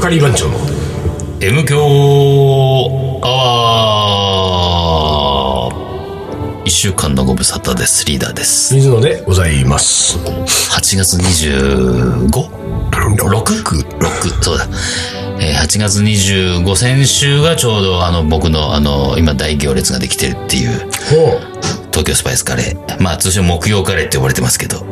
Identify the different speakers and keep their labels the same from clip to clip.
Speaker 1: カリー番長の
Speaker 2: M 強アワー一週間のご無沙汰です。リーダーです。
Speaker 1: 水野でございます。
Speaker 2: 8月 25?6?6? そうだ。えー8月25先週がちょうどあの僕のあの今大行列ができてるっていう
Speaker 1: ほう。
Speaker 2: 東京スパイスカレー。まあ通称木曜カレーって呼ばれてますけど。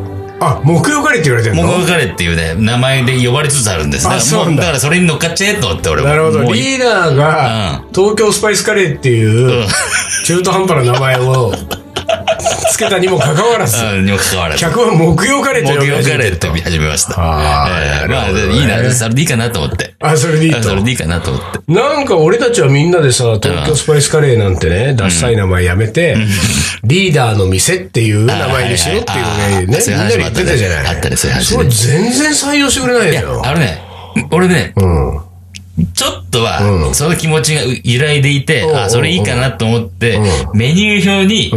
Speaker 1: あ、木曜カレーって言われてる
Speaker 2: 木
Speaker 1: の
Speaker 2: 曜カレーっていうね、名前で呼ばれつつあるんです。
Speaker 1: あ
Speaker 2: だから
Speaker 1: そうなん
Speaker 2: も
Speaker 1: だ
Speaker 2: だからそれに乗っかっちゃえと思って俺も。
Speaker 1: なるほ
Speaker 2: も
Speaker 1: ど。
Speaker 2: う
Speaker 1: リーダーが
Speaker 2: う、
Speaker 1: 東京スパイスカレーっていう、中途半端な名前を、つけたにもかかわらず、
Speaker 2: うん、にもかかわらず。
Speaker 1: 客は木曜カレーって呼
Speaker 2: 木
Speaker 1: び
Speaker 2: 曜
Speaker 1: 始
Speaker 2: カ
Speaker 1: めて
Speaker 2: レー
Speaker 1: る
Speaker 2: って
Speaker 1: と
Speaker 2: 呼。び始めました。
Speaker 1: あー
Speaker 2: えーまあ、
Speaker 1: なるほどね
Speaker 2: いいな、それでいいかなと思って。
Speaker 1: あ、それでいいと
Speaker 2: そ。れでいいかなと思って。
Speaker 1: なんか俺たちはみんなでさ、東京スパイスカレーなんてね、ダッサい名前やめて、リーダーの店っていう名前にしろって
Speaker 2: あ
Speaker 1: い
Speaker 2: は
Speaker 1: うね、
Speaker 2: い
Speaker 1: ね、みん
Speaker 2: そういう
Speaker 1: なで
Speaker 2: 話も
Speaker 1: 言
Speaker 2: あ
Speaker 1: っ
Speaker 2: った
Speaker 1: て
Speaker 2: ね
Speaker 1: たじゃない。
Speaker 2: あったねそういう話ね
Speaker 1: それ全然採用してくれないでよ。
Speaker 2: あのね、俺ね、
Speaker 1: うん。
Speaker 2: ちょっとは、その気持ちが揺らいでいて、
Speaker 1: うん
Speaker 2: あ、それいいかなと思って、メニュー表に、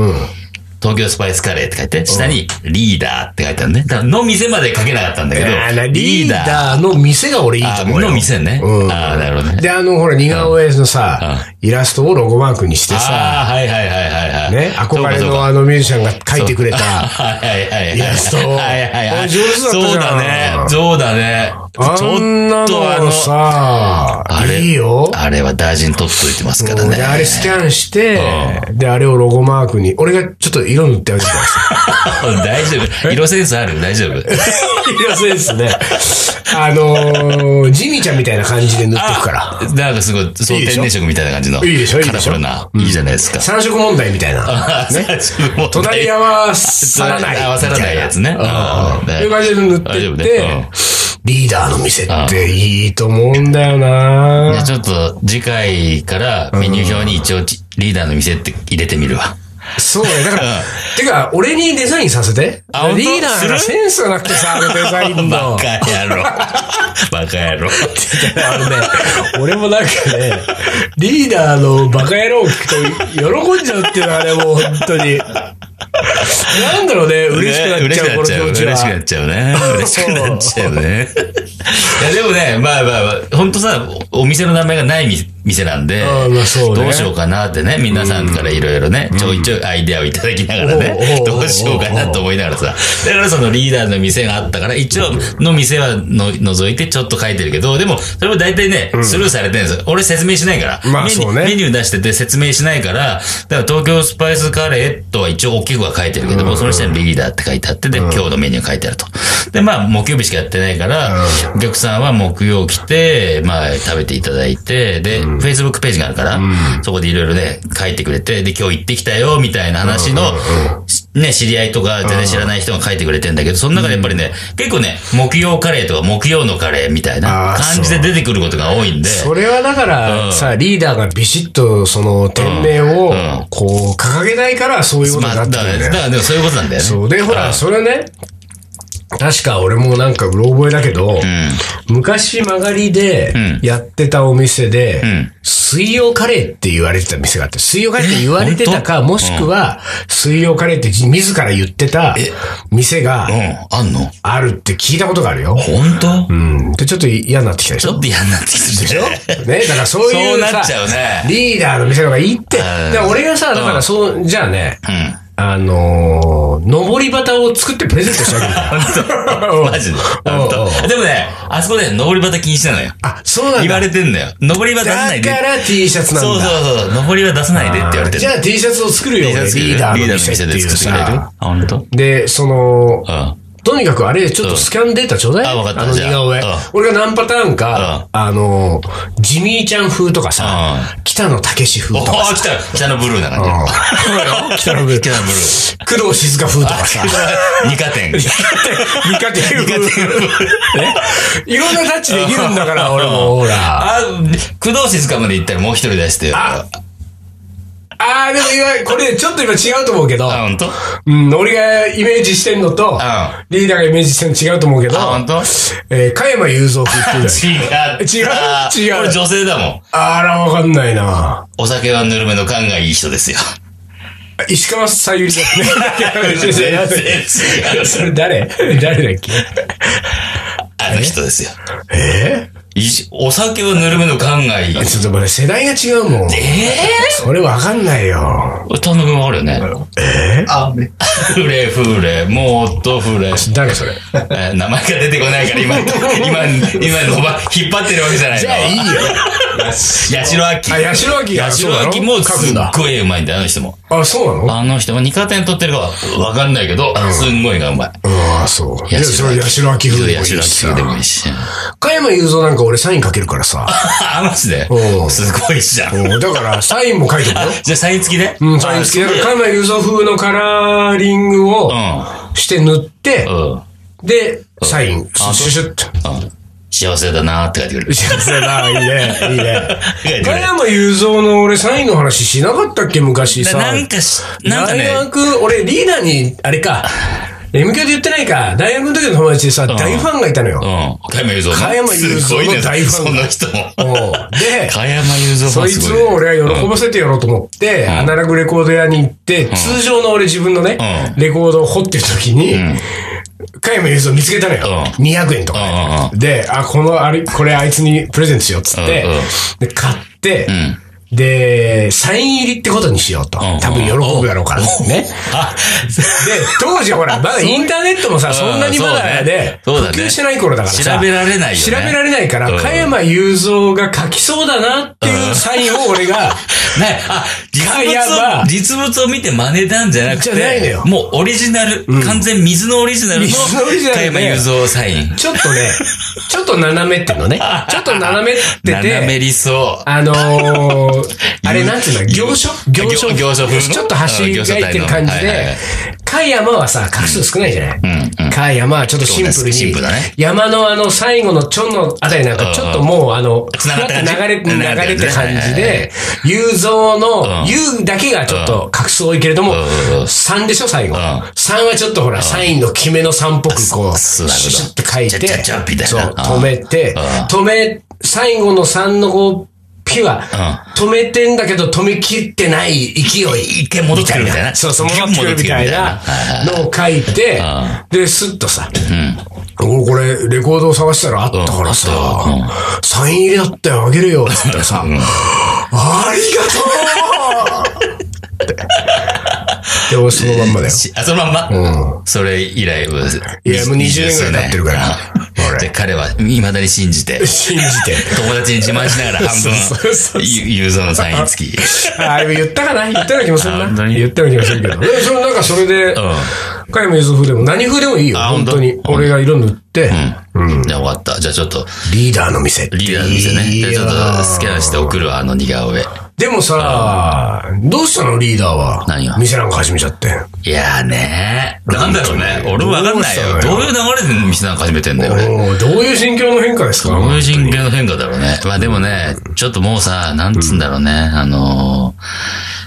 Speaker 2: 東京スパイスカレーって書いて、下にリーダーって書いてあるね。だからの店まで書けなかったんだけ
Speaker 1: あーな
Speaker 2: ど、
Speaker 1: リー
Speaker 2: ー。
Speaker 1: ダーの店が俺いいと
Speaker 2: あ、
Speaker 1: 思うよ。
Speaker 2: の店ね。
Speaker 1: うん
Speaker 2: ああ、なるほどね。
Speaker 1: で、あの、ほら、似顔絵のさ、イラストをロゴマークにしてさ、
Speaker 2: ああ、はいはいはいはいはい。
Speaker 1: ね、憧れ
Speaker 2: そうかそうか
Speaker 1: のあのミュージシャンが描いてくれた、
Speaker 2: はいはいはい。
Speaker 1: イラスト
Speaker 2: はいはいは
Speaker 1: あ
Speaker 2: い。
Speaker 1: 上手だったじゃん
Speaker 2: そうだね。そうだね。
Speaker 1: あんなのさ、いいよ。
Speaker 2: あれは大事に取っといてますからね。
Speaker 1: で、あれスキャンして、で、あれをロゴマークに、俺がちょっと色塗ってあげてくだ さ
Speaker 2: 大丈夫。色センスある大丈夫。
Speaker 1: い。色センスね。あのー、ジミーちゃんみたいな感じで塗っていくから。
Speaker 2: なんかすごい、そう
Speaker 1: いいでし
Speaker 2: 天
Speaker 1: ょ
Speaker 2: 然色みたいな感じの。
Speaker 1: いいでしょいい
Speaker 2: カ
Speaker 1: で
Speaker 2: ラ
Speaker 1: し
Speaker 2: フ
Speaker 1: ょ
Speaker 2: ルな。いいじゃないです か。
Speaker 1: 三色問題みたいな。ね。
Speaker 2: ね
Speaker 1: 隣り合わさらない。
Speaker 2: 合わさらないやつね。うん
Speaker 1: うんそういう
Speaker 2: ね
Speaker 1: 感じで塗ってっ
Speaker 2: 大丈夫
Speaker 1: て
Speaker 2: ね、
Speaker 1: リーダーの店っていいと思うんだよな
Speaker 2: じゃあちょっと次回からメニュー表に一応ちリーダーの店って入れてみるわ。
Speaker 1: そうね。だから、てか、俺にデザインさせて。
Speaker 2: あ本当
Speaker 1: リーダーが
Speaker 2: す
Speaker 1: センスがなくてさ、あのデザ インの
Speaker 2: バ。カ野 郎。バカ野郎。
Speaker 1: あのね、俺もなんかね、リーダーのバカ野郎を聞くと喜んじゃうっていうのはね、もう本当に。なんだろうね、嬉しくなっちゃう、この気持ち
Speaker 2: 嬉しくな
Speaker 1: は
Speaker 2: っ。ちゃうね。嬉しくなっちゃうね。いや、でもね、まあまあまあ、ほんとさ、お店の名前がないみ店なんで、
Speaker 1: ああまあそうね
Speaker 2: どうしようかなってね、皆さんからいろいろね、ちょいちょいアイデアをいただきながらね
Speaker 1: おうおうおうお、う
Speaker 2: どうしようかなと思いながらさ、だからそのリーダーの店があったから、一応の店はの除いてちょっと書いてるけど、でも、それも大体ね、スルーされてるんですよ。俺説明しないから。
Speaker 1: まあそうね
Speaker 2: メニューメニュー出してて説明しないから、だから東京スパイスカレーとは一応大きくは書いてるけども、その下にリーダーって書いてあって、で、今日のメニュー書いてあると。で、まあ、木曜日しかやってないから、お客さんは木曜来て、まあ、食べていただいて、で、Facebook ページがあるから、そこでいろいろね、書いてくれて、で、今日行ってきたよ、みたいな話の、ね、知り合いとか、全然知らない人が書いてくれてんだけど、その中でやっぱりね、結構ね、木曜カレーとか木曜のカレーみたいな
Speaker 1: あー
Speaker 2: 感じで出てくることが多いんで、
Speaker 1: それはだから、さ、リーダーがビシッと、その、店名を
Speaker 2: うん、
Speaker 1: こう、掲げないから、そういうこと
Speaker 2: ま
Speaker 1: にな
Speaker 2: あ、だ
Speaker 1: ってく
Speaker 2: か
Speaker 1: るんだよ
Speaker 2: ら、
Speaker 1: ね
Speaker 2: だからでもそういうことなんだよね。
Speaker 1: そう。で、ほら、それね、確か俺もなんかうろ覚えだけど、昔曲がりで
Speaker 2: ん
Speaker 1: やってたお店で、
Speaker 2: ん
Speaker 1: 水曜カレーって言われてた店があって、水曜カレーって言われてたか、もしくは、水曜カレーって自自ら言ってた店が
Speaker 2: うん、あんの
Speaker 1: あるって聞いたことがあるよ。
Speaker 2: 本当、
Speaker 1: うん。で、ちょっと嫌になってきたでし
Speaker 2: ち
Speaker 1: ょ
Speaker 2: ょっと嫌になってきてるで
Speaker 1: でしょね、だからそういうさ
Speaker 2: そうなっちゃうね
Speaker 1: リーダーの店の方がいいって。
Speaker 2: ん
Speaker 1: で俺がさ、だからそう、じゃあね、
Speaker 2: うん。
Speaker 1: あのー、上り旗を作ってプレゼントしてあげる
Speaker 2: マジで。 本
Speaker 1: うんう
Speaker 2: 当でもね、あそこね、登り旗禁止なのよ。
Speaker 1: あ、そうなん
Speaker 2: 言
Speaker 1: だ。
Speaker 2: われてんのよ。登り旗出さない
Speaker 1: だ
Speaker 2: で。
Speaker 1: から T シャツなんだ。
Speaker 2: そうそうそう。登りは出さないでって言われてる。
Speaker 1: じゃあ T シャツを作るよ、俺リーダーの店って
Speaker 2: リーダーの店で
Speaker 1: いう
Speaker 2: 作ってくれるあ
Speaker 1: さ。、
Speaker 2: 本当うん。
Speaker 1: で、その、
Speaker 2: あ
Speaker 1: とにかくあれ、ちょっとスキャンデータちょうだい。
Speaker 2: うんあわかった
Speaker 1: の似
Speaker 2: じゃあ
Speaker 1: 顔絵
Speaker 2: うん。
Speaker 1: 俺が何パターンか、あの、ジミーちゃん風とかさ、北野武史風
Speaker 2: お
Speaker 1: と
Speaker 2: お
Speaker 1: か。
Speaker 2: ー、来た北のブルーな感じ。
Speaker 1: 北野武
Speaker 2: 北のブルー。
Speaker 1: 工藤静香風とかさ。
Speaker 2: 二課 点。
Speaker 1: 二課程風。 ねいろんなタッチできるんだから、俺も、ほら。
Speaker 2: あ、工藤静香まで行ったらもう一人出してよ。あ、
Speaker 1: あー、でも今、これちょっと今違うと思うけど、
Speaker 2: 本当
Speaker 1: うん、俺がイメージしてんのと、
Speaker 2: ん
Speaker 1: リーダーがイメージしてんの違うと思うけど、
Speaker 2: あ、本当
Speaker 1: えー、加山雄三風って 言うじゃん。
Speaker 2: 違う。
Speaker 1: 違う違う
Speaker 2: 俺女性だもん。
Speaker 1: あら、わかんないな
Speaker 2: お酒はぬるめの缶がいい人ですよ。
Speaker 1: 石川さゆりだね
Speaker 2: 全然違う
Speaker 1: それ誰誰だっけ
Speaker 2: あの人ですよ。
Speaker 1: えー
Speaker 2: いしお酒をぬるめの缶がいい。
Speaker 1: ちょっとこれ世代が違うもん。
Speaker 2: え
Speaker 1: それわかんないよ。
Speaker 2: ー、田野くんわかるよね。
Speaker 3: あ、ね。
Speaker 2: フレフレ、もっとフレ。
Speaker 1: 誰それ。
Speaker 2: えー名前が出てこないから今、今、今のおば引っ張ってるわけじゃないの。
Speaker 1: じゃあいいよ。
Speaker 2: 八代亜紀。
Speaker 1: あ八代亜紀が
Speaker 2: 八
Speaker 1: そう
Speaker 2: 代
Speaker 1: な
Speaker 2: 亜
Speaker 1: の
Speaker 2: 紀も
Speaker 1: 書く
Speaker 2: す
Speaker 1: ん
Speaker 2: っ
Speaker 1: だ
Speaker 2: ごいうまいんだよ、あの人も。
Speaker 1: あ、そうなの
Speaker 2: あの人も二課点取ってるかはわかんないけど、すんごいがうまい。
Speaker 1: ああ、そう。いや、それ、八代明風でもいい
Speaker 2: 八代亜
Speaker 1: し
Speaker 2: 紀風でもいいし。
Speaker 1: 加山雄三なんか俺サイン書けるからさ。
Speaker 2: あ、マジで
Speaker 1: うん
Speaker 2: すごいじゃん。
Speaker 1: うんだから、サインも書いてるよ。
Speaker 2: じゃあサイン付きで
Speaker 1: うん、サイン付きだから、加山雄三風のカラーリングを
Speaker 2: う
Speaker 1: して塗って、
Speaker 2: ん。うん。
Speaker 1: で、サイン、シュシュシュッと。
Speaker 2: うん幸せだなーって書いてくれる。
Speaker 1: 幸せだな、いいね、いいね。
Speaker 2: 書いてく
Speaker 1: 加
Speaker 2: れる
Speaker 1: 山雄三の俺サインの話しなかったっけ昔さ。
Speaker 2: なんかし、なんかね、
Speaker 1: 大学、俺リーダーに、あれか、M 教で言ってないか、大学の時の友達でさ、大ファンがいたの
Speaker 2: う
Speaker 1: よ。
Speaker 2: ん。加山雄三。
Speaker 1: 加山雄
Speaker 2: すご
Speaker 1: 三
Speaker 2: いね
Speaker 1: の大ファン
Speaker 2: その人
Speaker 1: お
Speaker 2: も。
Speaker 1: うで、
Speaker 2: 加山雄三
Speaker 1: そいつを俺は喜ばせてやろうと思って、アナログレコード屋に行って、通常の俺自分のね、
Speaker 2: う
Speaker 1: レコードを掘ってる時に、加山雄三を見つけたのよ。
Speaker 2: う
Speaker 1: 200円と
Speaker 2: う
Speaker 1: か
Speaker 2: んうんうん。
Speaker 1: で。で、あ、この、あれ、これあいつにプレゼントしようっつって
Speaker 2: うんうん、
Speaker 1: で、買って
Speaker 2: ん、
Speaker 1: で、サイン入りってことにしようと。
Speaker 2: んうん
Speaker 1: 多分喜ぶだろうから。ね。
Speaker 2: あ、
Speaker 1: で、当時はほら、まだインターネットもさ、そんなにまだね、普
Speaker 2: そうだねそうだね
Speaker 1: 及してない頃だからさ。
Speaker 2: 調べられないよね
Speaker 1: 調べられないから
Speaker 2: う、ん
Speaker 1: 加山雄三が書きそうだなっていうサインを俺が、
Speaker 2: ね、あ、実
Speaker 1: 加
Speaker 2: 物を、
Speaker 1: 山
Speaker 2: 実物を見て真似たんじゃなく
Speaker 1: じゃないの
Speaker 2: て
Speaker 1: よ、
Speaker 2: もうオリジナル、完全水のオリジナルの
Speaker 1: 水のオリジナル
Speaker 2: 加
Speaker 1: で
Speaker 2: 山雄三サイン。
Speaker 1: ちょっとね、ちょっと斜めってんの ね。ちょっと斜めって
Speaker 2: 斜め
Speaker 1: て、
Speaker 2: 理想。
Speaker 1: あの ー、あれなんていうの
Speaker 2: ゆ
Speaker 1: 行書
Speaker 2: 行書行書風の
Speaker 1: ちょっと端がいってる感じ
Speaker 2: うん行書体のはいはいは
Speaker 1: で
Speaker 2: い、
Speaker 1: 加山はさ、画数少ないじゃない
Speaker 2: うんうん
Speaker 1: 加山はちょっとシンプ
Speaker 2: そう
Speaker 1: ル
Speaker 2: ねシン
Speaker 1: に
Speaker 2: プルだね、
Speaker 1: 山のあの最後のちょんのあたりなんかちょっともうあの、ふ
Speaker 2: 繋
Speaker 1: わ
Speaker 2: が
Speaker 1: っ
Speaker 2: ってた
Speaker 1: 流
Speaker 2: 感じ
Speaker 1: れ、流れて感
Speaker 2: はい
Speaker 1: じ
Speaker 2: はいは
Speaker 1: で、雄三の
Speaker 2: ん
Speaker 1: 雄だけがちょっと画数多いけれども
Speaker 2: うんうん、
Speaker 1: 3でしょ最後。
Speaker 2: ん
Speaker 1: 3はちょっとほら、サインの決めの3っぽくこう、シ
Speaker 2: そう
Speaker 1: ュ
Speaker 2: なるほど
Speaker 1: シュって書い
Speaker 2: ちゃちゃ
Speaker 1: て、
Speaker 2: ちゃみたいな
Speaker 1: そう、
Speaker 2: うん
Speaker 1: 止めて、止め、最後の3のこう、ピは、止めてんだけど止めきってない勢い。
Speaker 2: 一回戻ってくるみたいな。
Speaker 1: そう、そのまま作るみたいなのを書いて、で、スッとさ、おこれ、レコードを探したらあったからさ、サイン入りだったよ、あげるよ、つってさ、ありがとうってで、俺そのまんまだよ。
Speaker 2: し あ、そのまんまそれ以来、いや、もう
Speaker 1: いやもう20年ぐらい経ってる から俺
Speaker 2: で、彼は、未だに 信じて、
Speaker 1: 信じて。
Speaker 2: 友達に自慢しながら半
Speaker 1: そうそうそうそう
Speaker 2: 分、ゆゆうぞうのサイン 付き。
Speaker 1: あれ言ったかな言ったような気もする
Speaker 2: あ
Speaker 1: な
Speaker 2: 本当。に
Speaker 1: 言ったような気もするけど。でそのなんかそれで、加山雄三風でも何風でもいいよ。
Speaker 2: あ
Speaker 1: 本
Speaker 2: 本当
Speaker 1: 当に。俺が色塗って、
Speaker 2: うん。じゃあ終わった。じゃあちょっと、
Speaker 1: リーダーの店っていい
Speaker 2: リー
Speaker 1: よ。
Speaker 2: ダーですよね。で、ちょっとスキャンして送るわ、あの似顔絵。
Speaker 1: でもさ、どうしたのリーダーは。
Speaker 2: 何が
Speaker 1: 店なんか始めちゃって。
Speaker 2: いやーねー。なんだろうね。俺もわかんないよ。
Speaker 1: ど
Speaker 2: ど
Speaker 1: う
Speaker 2: ういう流れで店なんか始めてんだよ、俺。
Speaker 1: おーどういう心境の変化ですか
Speaker 2: 友人系の変化だろうね。まあでもね、ちょっともうさ、なんつうんだろうね。あのー、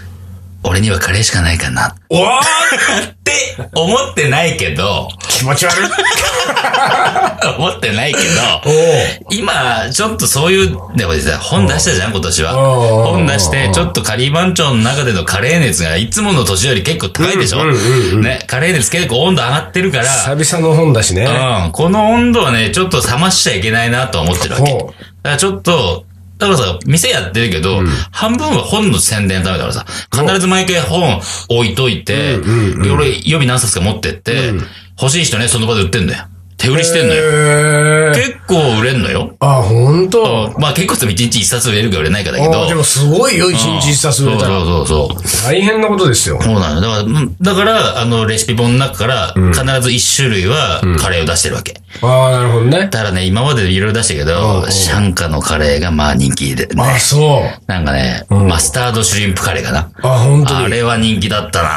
Speaker 2: 俺にはカレーしかないかな。
Speaker 1: おー
Speaker 2: って思ってないけど、
Speaker 1: 気持ち悪い。
Speaker 2: 思ってないけ
Speaker 1: お
Speaker 2: ど、
Speaker 1: ー
Speaker 2: 今、ちょっとそういう、でもさ、本出したじゃん、今年は。
Speaker 1: うん
Speaker 2: 本出して、ちょっとカリー番長の中でのカレー熱が、いつもの年より結構高いでしょ
Speaker 1: うんうんうんうん
Speaker 2: ね、カレー熱結構温度上がってるから、
Speaker 1: 久々の本だしね。
Speaker 2: うん、この温度はね、ちょっと冷ましちゃいけないなとは思ってるわけ。だ
Speaker 1: ほう
Speaker 2: からちょっと、だからさ、店やってるけど、半分は本の宣伝のためだからさ、必ず毎回本置いといて、で俺予備何冊か持ってって、欲しい人ね、その場で売ってんだよ。手売りしてんのよ。
Speaker 1: へー
Speaker 2: 結構売れんのよ。
Speaker 1: あ、ほんと
Speaker 2: うんまあ結構でも一日一冊売れるか売れないかだけ
Speaker 1: あー
Speaker 2: ど。
Speaker 1: でもすごいよ、一日一冊売れたら。
Speaker 2: そうそうそうそう。
Speaker 1: 大変なことですよ。
Speaker 2: そうなの。だからうん、だから、あの、レシピ本の中から、必ず一種類はカレーを出してるわけ。
Speaker 1: ああ、なるほどね。
Speaker 2: ただね、今までいろいろ出したけ
Speaker 1: うんうん
Speaker 2: ど、シャンカのカレーがまあ人気でね。
Speaker 1: あ、そう。
Speaker 2: なんかね、マスタードシュリンプカレーかな。
Speaker 1: あ、ほんと
Speaker 2: あ
Speaker 1: に。
Speaker 2: れは人気だったな。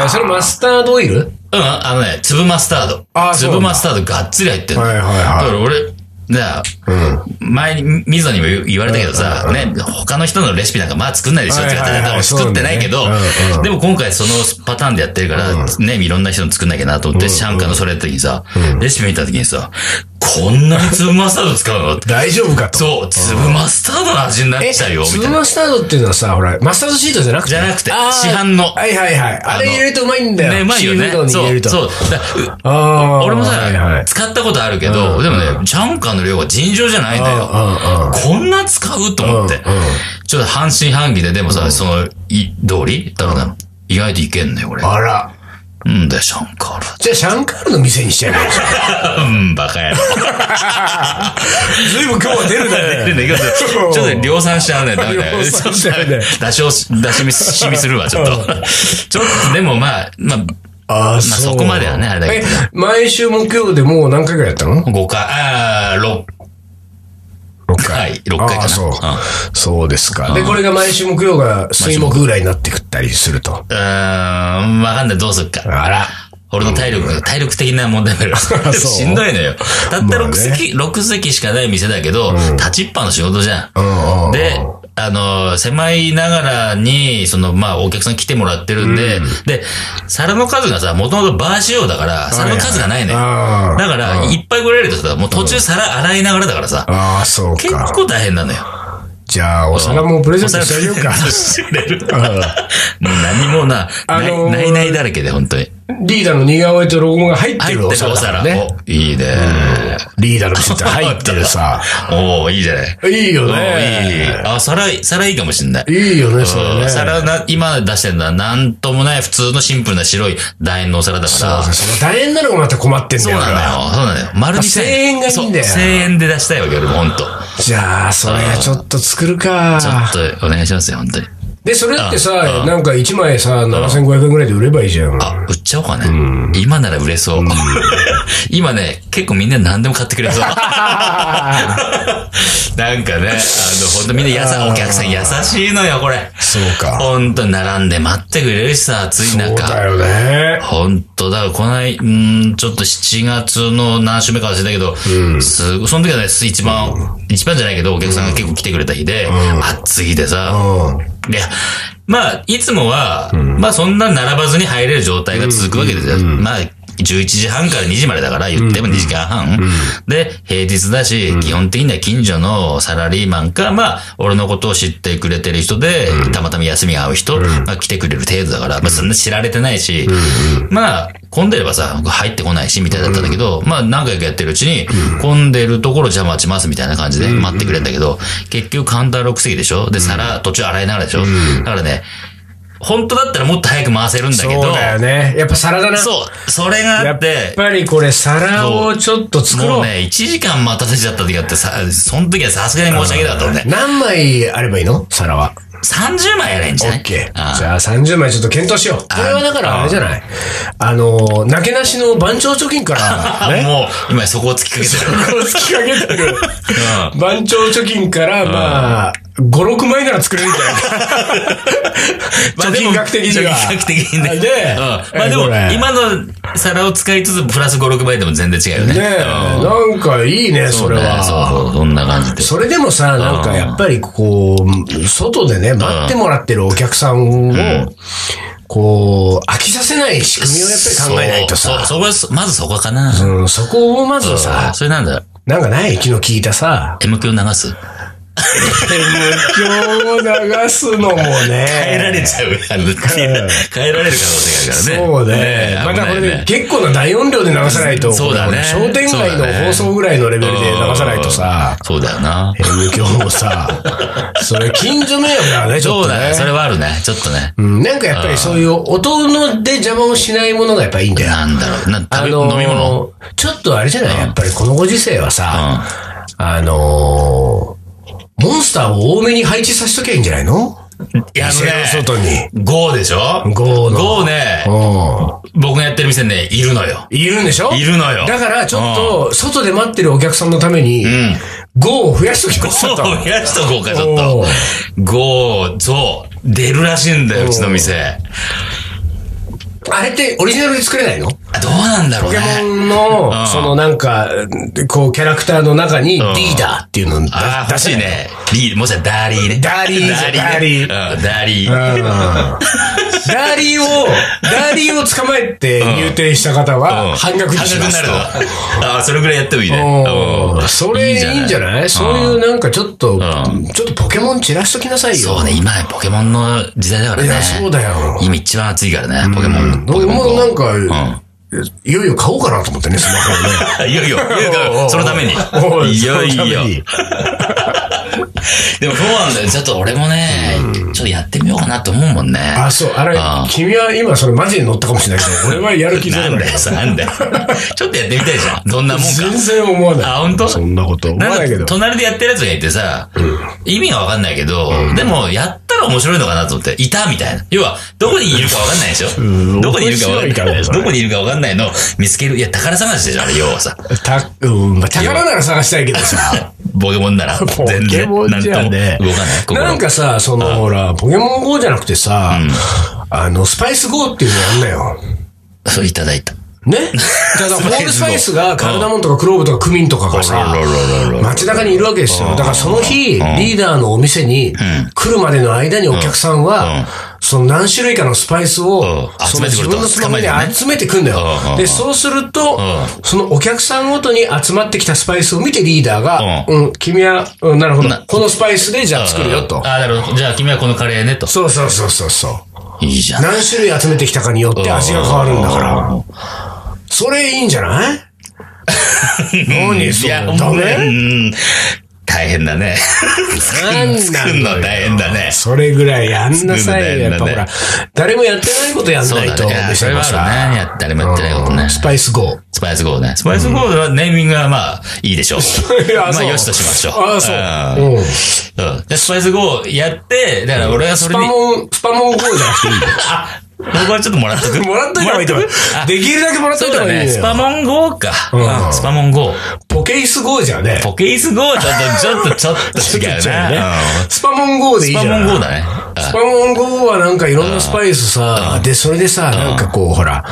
Speaker 1: えーそれマスタードオイル
Speaker 2: うん、あのね、粒マスタード
Speaker 1: あ。そうなん
Speaker 2: 粒
Speaker 1: だ
Speaker 2: マスタードがっつり入ってる。
Speaker 1: はいはいはい
Speaker 2: だから俺、だから前に、水野にも言言われたけどさ、ね、他の人のレシピなんかまあ作んないでしょって言われた
Speaker 1: はいはいはい
Speaker 2: ら、作ってないけど
Speaker 1: そうねうんうん、
Speaker 2: でも今回そのパターンでやってるから、ね、いろんな人の作んなきゃなと思って、シャンカのそれやった時にさ、レシピ見た時にさ、こんなに粒マスタード使うの
Speaker 1: 大丈夫かと。
Speaker 2: そう、粒マスタードの味になっちゃうよ、みた
Speaker 1: 粒
Speaker 2: いな。
Speaker 1: マスタードっていうのはさ、ほら、マスタードシートじゃなくて。
Speaker 2: じゃなくて
Speaker 1: あー
Speaker 2: 市販の
Speaker 1: はいはいはい。あれ入れるとうまいんだよ。
Speaker 2: ね、うまいよ
Speaker 1: シー
Speaker 2: ね
Speaker 1: フード。に入
Speaker 2: そ
Speaker 1: れる
Speaker 2: う、
Speaker 1: と。
Speaker 2: そう。だう
Speaker 1: あー
Speaker 2: 俺もさ、
Speaker 1: はいはい。
Speaker 2: 使ったことあるけど、でもね、チャンカーの量が尋常じゃないんだよ。
Speaker 1: うんうん
Speaker 2: こんな使うと思って。ちょっと半信半疑で、でもさ、その、い、通りだから、意外といけんねよ、俺。
Speaker 1: あら。
Speaker 2: うんだよ、シャンカー
Speaker 1: じゃあ、シャンカールの店にしちゃえばいい じゃん。
Speaker 2: ラ。うん、バカ野郎。
Speaker 1: ずいぶん今日は出る
Speaker 2: 出るんだけどちょっと量産しちゃうね、ダメだよ。
Speaker 1: 量産しちゃうね
Speaker 2: 出しをし、出しみ、しみするわ、ちょっと。ちょっと、でもまあ、まあ、
Speaker 1: ああ、
Speaker 2: まあそこまではねあれだけど
Speaker 1: え、毎週木曜でもう何回ぐらいやったの ?6
Speaker 2: 5回、ああ、6回、6回かな。
Speaker 1: あーそう
Speaker 2: うん。
Speaker 1: そうですか。で、これが毎週木曜が水木ぐらいになってくったりすると。
Speaker 2: うーん、わかんない、どうするか。
Speaker 1: あら。
Speaker 2: 俺の体力が、体力的な問題もある。でも
Speaker 1: そう
Speaker 2: しんどいのよ。たった
Speaker 1: まあね
Speaker 2: 6席、六席しかない店だけど、立ちっぱの仕事じゃ。
Speaker 1: うんうんうんん
Speaker 2: で、あの、狭いながらに、その、まあ、お客さん来てもらってるんで、で、皿の数がさ、もともとバー仕様だから、皿の数がないのよ。
Speaker 1: あ
Speaker 2: だから、いっぱい来られるとさ、もう途中皿洗いながらだからさ
Speaker 1: あ、、ああ、そう
Speaker 2: 結
Speaker 1: か。
Speaker 2: 構大変なのよ。
Speaker 1: じゃあ、お皿もプレゼントしてあげようか。
Speaker 2: してる。もう何もな、
Speaker 1: あ
Speaker 2: ない
Speaker 1: のー
Speaker 2: ないないだらけで、本当に。
Speaker 1: リーダーの似顔絵とロゴが入って
Speaker 2: 入って
Speaker 1: る
Speaker 2: る
Speaker 1: お
Speaker 2: お
Speaker 1: 皿だから
Speaker 2: 皿。
Speaker 1: ね。
Speaker 2: おいいね。
Speaker 1: リーダーのシート入ってるさ。
Speaker 2: おーいいじゃない。
Speaker 1: いいよ
Speaker 2: いい
Speaker 1: ね。。
Speaker 2: あ、皿、皿いいかもしんない。
Speaker 1: いいよね、それ
Speaker 2: うん
Speaker 1: ね。
Speaker 2: 皿な、今出してるのはなんともない普通のシンプルな白い楕円のお皿だから。
Speaker 1: そうその大変なのがまた困ってんだ
Speaker 2: そう
Speaker 1: よ。
Speaker 2: なんだよ。そうなんだよ。丸にしたい
Speaker 1: 1000円がいいんだよ
Speaker 2: そう1000円で出したいわけ、俺も本当
Speaker 1: じゃあ、それちょっと作るか。
Speaker 2: ちょっとお願いしますよ、本当に。
Speaker 1: で、それって
Speaker 2: うん
Speaker 1: さ
Speaker 2: う、ん
Speaker 1: なんか1枚さ、7500円ぐらいで売ればいいじゃん。
Speaker 2: あ、売っちゃおうかね。今なら売れそう。 今ね、結構みんな何でも買ってくれそう。なんかね、あの、ほんとみんな優し
Speaker 1: あー
Speaker 2: お客さん優しいのよ、これ。
Speaker 1: そうか。
Speaker 2: ほんと並んで待ってくれるしさ、暑い
Speaker 1: そうだ
Speaker 2: 中。
Speaker 1: よね。
Speaker 2: ほんとだ、こない、うんちょっと7月の何週目か忘れたけど、すごその時はね、す一番、一番じゃないけど、お客さんが結構来てくれた日で、暑い日でさ、
Speaker 1: う
Speaker 2: で、まあ、いつもは、まあそんな並ばずに入れる状態が続くわけですよ。まあ、11時半から2時までだから言っても2時間半。で、平日だし、基本的には近所のサラリーマンか、まあ、俺のことを知ってくれてる人で、たまたま休みが合う人が来てくれる程度だから、まあそんな知られてないし、まあ、混んでればさ、入ってこないし、みたいだったんだけど、まあ何回かやってるうちに、混んでるところじゃあ待ちます、みたいな感じで待ってくれるんだけど、結局カウンター6席でしょで、皿、途中洗いながらでしょだからね、本当だったらもっと早く回せるんだけ
Speaker 1: そう
Speaker 2: ど、
Speaker 1: だよね。やっぱ皿だな。
Speaker 2: そう、それがあ
Speaker 1: や
Speaker 2: っ、
Speaker 1: ってぱりこれ皿をちょっと作
Speaker 2: も
Speaker 1: ろ
Speaker 2: う
Speaker 1: う。
Speaker 2: ね、1時間待たせちゃった時あってさ、その時はさすがに申し訳なかったもんね。
Speaker 1: 何枚あればいいの皿は。
Speaker 2: 30枚やれんじ
Speaker 1: オ
Speaker 2: ゃない
Speaker 1: ッケ
Speaker 2: あ
Speaker 1: ー。じゃあ30枚ちょっと検討しよう。これはだからあれじゃないあの、なけなしの番長貯金 から、
Speaker 2: あ
Speaker 1: ね。
Speaker 2: もう、今そこを突きかけてる。
Speaker 1: こう突きかけてる。
Speaker 2: うん
Speaker 1: 番長貯金から、まあ、5、6枚なら作れるんじゃないか。
Speaker 2: まあ
Speaker 1: 貯
Speaker 2: でも
Speaker 1: 金額的には。
Speaker 2: 貯金額的にね。
Speaker 1: ね
Speaker 2: うん。まあ
Speaker 1: え
Speaker 2: で
Speaker 1: こ
Speaker 2: も、
Speaker 1: れ
Speaker 2: 今の皿を使いつつ、プラス5、6倍でも全然違うよね。
Speaker 1: ねえ、なんかいいね、それ
Speaker 2: ね
Speaker 1: は。
Speaker 2: そうそう、そんな感じで。
Speaker 1: それでもさ、なんかやっぱりこう、外でね、待ってもらってるお客さんを、こう、飽きさせない仕組みをやっぱり考えないと
Speaker 2: そう
Speaker 1: さ、
Speaker 2: そうそこは、まずそこかな。
Speaker 1: うんそこをまずさ、
Speaker 2: それなんだ、
Speaker 1: なんかない気の利いたさ、
Speaker 2: M 響流す。
Speaker 1: 無教を流すのもね。
Speaker 2: 変えられちゃう。あの変えられる可能性があるからね。
Speaker 1: そうね。またこれ
Speaker 2: 危ない
Speaker 1: ね、結構な大音量で流さないと、
Speaker 2: そうだね
Speaker 1: 商店街の放送ぐらいのレベルで流さないとさ、
Speaker 2: そうだよな。
Speaker 1: 無教もさ、それ近所迷惑だね、ちょっ
Speaker 2: そう
Speaker 1: と
Speaker 2: だね。そ
Speaker 1: ね。
Speaker 2: れはあるね。ちょっとね。
Speaker 1: うんなんかやっぱりそういう音ので邪魔をしないものがやっぱいいんだよ。
Speaker 2: なんだろう。な、食べ、
Speaker 1: ー
Speaker 2: 飲み物
Speaker 1: ちょっとあれじゃないやっぱりこのご時世はさ、あのー、モンスターを多めに配置させときゃいいんじゃないの
Speaker 2: いや、あの
Speaker 1: 店の
Speaker 2: ね、
Speaker 1: 外に。
Speaker 2: 5でしょ
Speaker 1: ゴーの
Speaker 2: ?5 ね、
Speaker 1: う
Speaker 2: 僕がやってる店ね、いるのよ。
Speaker 1: ん。いるんでしょ
Speaker 2: いるのよ。
Speaker 1: だから、ちょっと、外で待ってるお客さんのために、5を増やしときまし
Speaker 2: そ
Speaker 1: ょ
Speaker 2: う
Speaker 1: うと。
Speaker 2: 増やしとこうか、ちょっと
Speaker 1: おう。
Speaker 2: 5、そう、出るらしいんだよ、うちの店。
Speaker 1: あれってオリジナルで作れないの
Speaker 2: あどうなんだろう
Speaker 1: ポケ
Speaker 2: ね。
Speaker 1: モン
Speaker 2: う
Speaker 1: の、
Speaker 2: ん
Speaker 1: そのなんか、こう、キャラクターの中に、リーダーっていうのを出
Speaker 2: ああ、
Speaker 1: 出
Speaker 2: 欲
Speaker 1: せ
Speaker 2: しいね。リー、もしかしたらダーリーね。
Speaker 1: ダーリー
Speaker 2: ダーリーね。うんダーリー。
Speaker 1: ない。うんダーリーを、ダーリーを捕まえて入店した方は半額にしますと。
Speaker 2: 半額になるの。ああ、それぐらいやってもいいね。
Speaker 1: お
Speaker 2: う
Speaker 1: ー
Speaker 2: ん
Speaker 1: それいいんじゃないそういうなんかちょっと、ちょっとポケモン散らしときなさいよ。
Speaker 2: そうね、今ね、ポケモンの時代だからね。
Speaker 1: いやそうだよ
Speaker 2: 今一番熱いからね、ポケモン。ポケ
Speaker 1: 俺
Speaker 2: モン GO
Speaker 1: もなんか、いよいよ買おうかなと思ってね、スマホをね。
Speaker 2: いやいや、いやいやそのために。
Speaker 1: おい
Speaker 2: いやいや。 でもそうなんだよ。ちょっと俺もね、ちょっとやってみようかなと思うもんね。
Speaker 1: あ、そう。あれ
Speaker 2: あ、
Speaker 1: 君は今それマジで乗ったかもしれないけど、俺はやる気ゼ
Speaker 2: な
Speaker 1: ロ
Speaker 2: ん
Speaker 1: だ
Speaker 2: だ
Speaker 1: よ
Speaker 2: よ、。なんだよ。 ちょっとやってみたいじゃん。どんなもんか。
Speaker 1: 全然思わない。
Speaker 2: あ、本当
Speaker 1: そんなこと思わ
Speaker 2: な
Speaker 1: ないけ
Speaker 2: んか
Speaker 1: ど。
Speaker 2: 隣でやってるやつがいてさ、意味がわかんないけど、でも、やったら面白いのかなと思って、いたみたいな。要は、どこにいるかわかんないでし
Speaker 1: う
Speaker 2: ょ
Speaker 1: ん
Speaker 2: どこにいるかわかん
Speaker 1: 面白いから
Speaker 2: な
Speaker 1: ね
Speaker 2: い。
Speaker 1: それ
Speaker 2: どこにいるかわかんないのを見つける。いや、宝探しでしょ、あれ、要はさ。
Speaker 1: た、うん、まあ宝なら探したいけどさ。
Speaker 2: ポケモンなら、
Speaker 1: ポ
Speaker 2: 全
Speaker 1: ケ
Speaker 2: 然、
Speaker 1: モン
Speaker 2: なんと
Speaker 1: じ
Speaker 2: も
Speaker 1: ゃ
Speaker 2: 動かな
Speaker 1: ね
Speaker 2: い。。心
Speaker 1: なんかさ、その、ほら、ポケモン GO じゃなくてさ、あの、スパイス GO っていうのやんなよ。
Speaker 2: そう、いただいた。
Speaker 1: ねただ、ホールスパイスがカルダモンとかクローブとかクミンとかがさ
Speaker 2: あらららら、ら
Speaker 1: 街中にいるわけですよ。だからその日、リーダーのお店に来るまでの間にお客さん
Speaker 2: うんうん
Speaker 1: は、その何種類かのスパイスを、
Speaker 2: うん
Speaker 1: その
Speaker 2: 集めてく
Speaker 1: 自
Speaker 2: ると
Speaker 1: 分のスマホに
Speaker 2: 捕まえてね
Speaker 1: 集めてくんだよ
Speaker 2: うんうんう。ん
Speaker 1: で、そうすると
Speaker 2: う、
Speaker 1: そのお客さんごとに集まってきたスパイスを見てリーダーが、
Speaker 2: う
Speaker 1: うん、君は、うんなるほど
Speaker 2: な。
Speaker 1: このスパイスでじゃあ作るよと。
Speaker 2: あ、なるほど。じゃあ、君はこのカレーね、と。
Speaker 1: そうそうそうそうそう。
Speaker 2: いいじゃん。
Speaker 1: 何種類集めてきたかによって味が変わるんだから。それいいんじゃない何そ
Speaker 2: いや、
Speaker 1: れダ
Speaker 2: う
Speaker 1: メ
Speaker 2: ん大変だね。
Speaker 1: なん
Speaker 2: 作るの
Speaker 1: だよ
Speaker 2: 大変だね。
Speaker 1: それぐらいやんなさいよ。やっぱ
Speaker 2: 作
Speaker 1: ほ
Speaker 2: るの
Speaker 1: ら
Speaker 2: 大変だね、
Speaker 1: 誰もやってないことやんないと。
Speaker 2: いや
Speaker 1: お
Speaker 2: そ
Speaker 1: 店
Speaker 2: れ
Speaker 1: も
Speaker 2: は
Speaker 1: さ
Speaker 2: あるね。や誰もやってないことね。
Speaker 1: スパイス GO。
Speaker 2: スパイスゴールドね。スパイスゴールドはネーミングはまあ、いいでしょう。
Speaker 1: いや
Speaker 2: まあ、
Speaker 1: そう
Speaker 2: よしとしましょう。
Speaker 1: ああ、そう。うんス
Speaker 2: うん。うん。で、スパイスゴーやって、だから俺はそれ
Speaker 1: パ
Speaker 2: に、
Speaker 1: モン、スパモン GO じゃなくていいよ。
Speaker 2: あ、僕はちょっともらっとく。
Speaker 1: もらっといた方がいいと思う
Speaker 2: あ。
Speaker 1: できるだけもらっと
Speaker 2: そ
Speaker 1: いうた方
Speaker 2: だ
Speaker 1: がいい
Speaker 2: ね。
Speaker 1: の
Speaker 2: スパ
Speaker 1: よ。
Speaker 2: モン GO か。
Speaker 1: うん
Speaker 2: うんスパモン GO。
Speaker 1: ポケイス GO じゃね。
Speaker 2: ポケイス GO ちょっと、ちょっと、ちょっ と違う
Speaker 1: ちょっと違うね
Speaker 2: な。うん
Speaker 1: スパモン GO でいい
Speaker 2: ス
Speaker 1: じゃ
Speaker 2: パ
Speaker 1: ん。
Speaker 2: モン GO だね。
Speaker 1: スパモン GO はなんかいろんなスパイスさ、で、それでさ、なんかこう、ほら、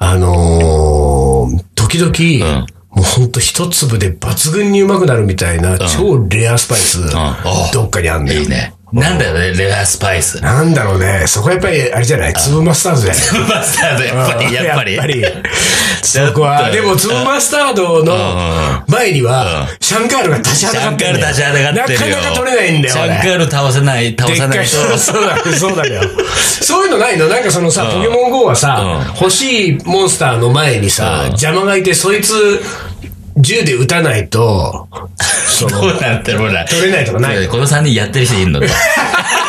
Speaker 1: あのー、時々、もうほんと一粒で抜群にうまくなるみたいな、超レアスパイス、
Speaker 2: あ
Speaker 1: どっかにあん
Speaker 2: うん
Speaker 1: だよ
Speaker 2: いい。ね。なんだよね、レアスパイス。
Speaker 1: なんだろうね、そこはやっぱり、あれじゃない、粒マスタードじゃない
Speaker 2: マスタード、やっぱり、やっぱり。
Speaker 1: やっぱり。
Speaker 2: ちょっと
Speaker 1: 僕は、でも、粒マスタードの前には、シャンカールが立ち
Speaker 2: シ
Speaker 1: 上が
Speaker 2: ャン
Speaker 1: って
Speaker 2: カ
Speaker 1: ん
Speaker 2: ール
Speaker 1: だよ
Speaker 2: 立ち上がってるよ。
Speaker 1: なかなか取れないんだよ、
Speaker 2: シャン
Speaker 1: 俺
Speaker 2: カール倒せない、倒
Speaker 1: で
Speaker 2: さ
Speaker 1: っ
Speaker 2: な
Speaker 1: かい
Speaker 2: いと。
Speaker 1: そうだね、そうだね。そういうのないのなんかそのさ、ポケモン GO はさ、欲しいモンスターの前にさ、邪魔がいて、そいつ、銃で撃たないと、その、
Speaker 2: どうなんてほら。
Speaker 1: 取れないとかない
Speaker 2: この3人やってる人いるのや
Speaker 1: やっ
Speaker 2: ってる、本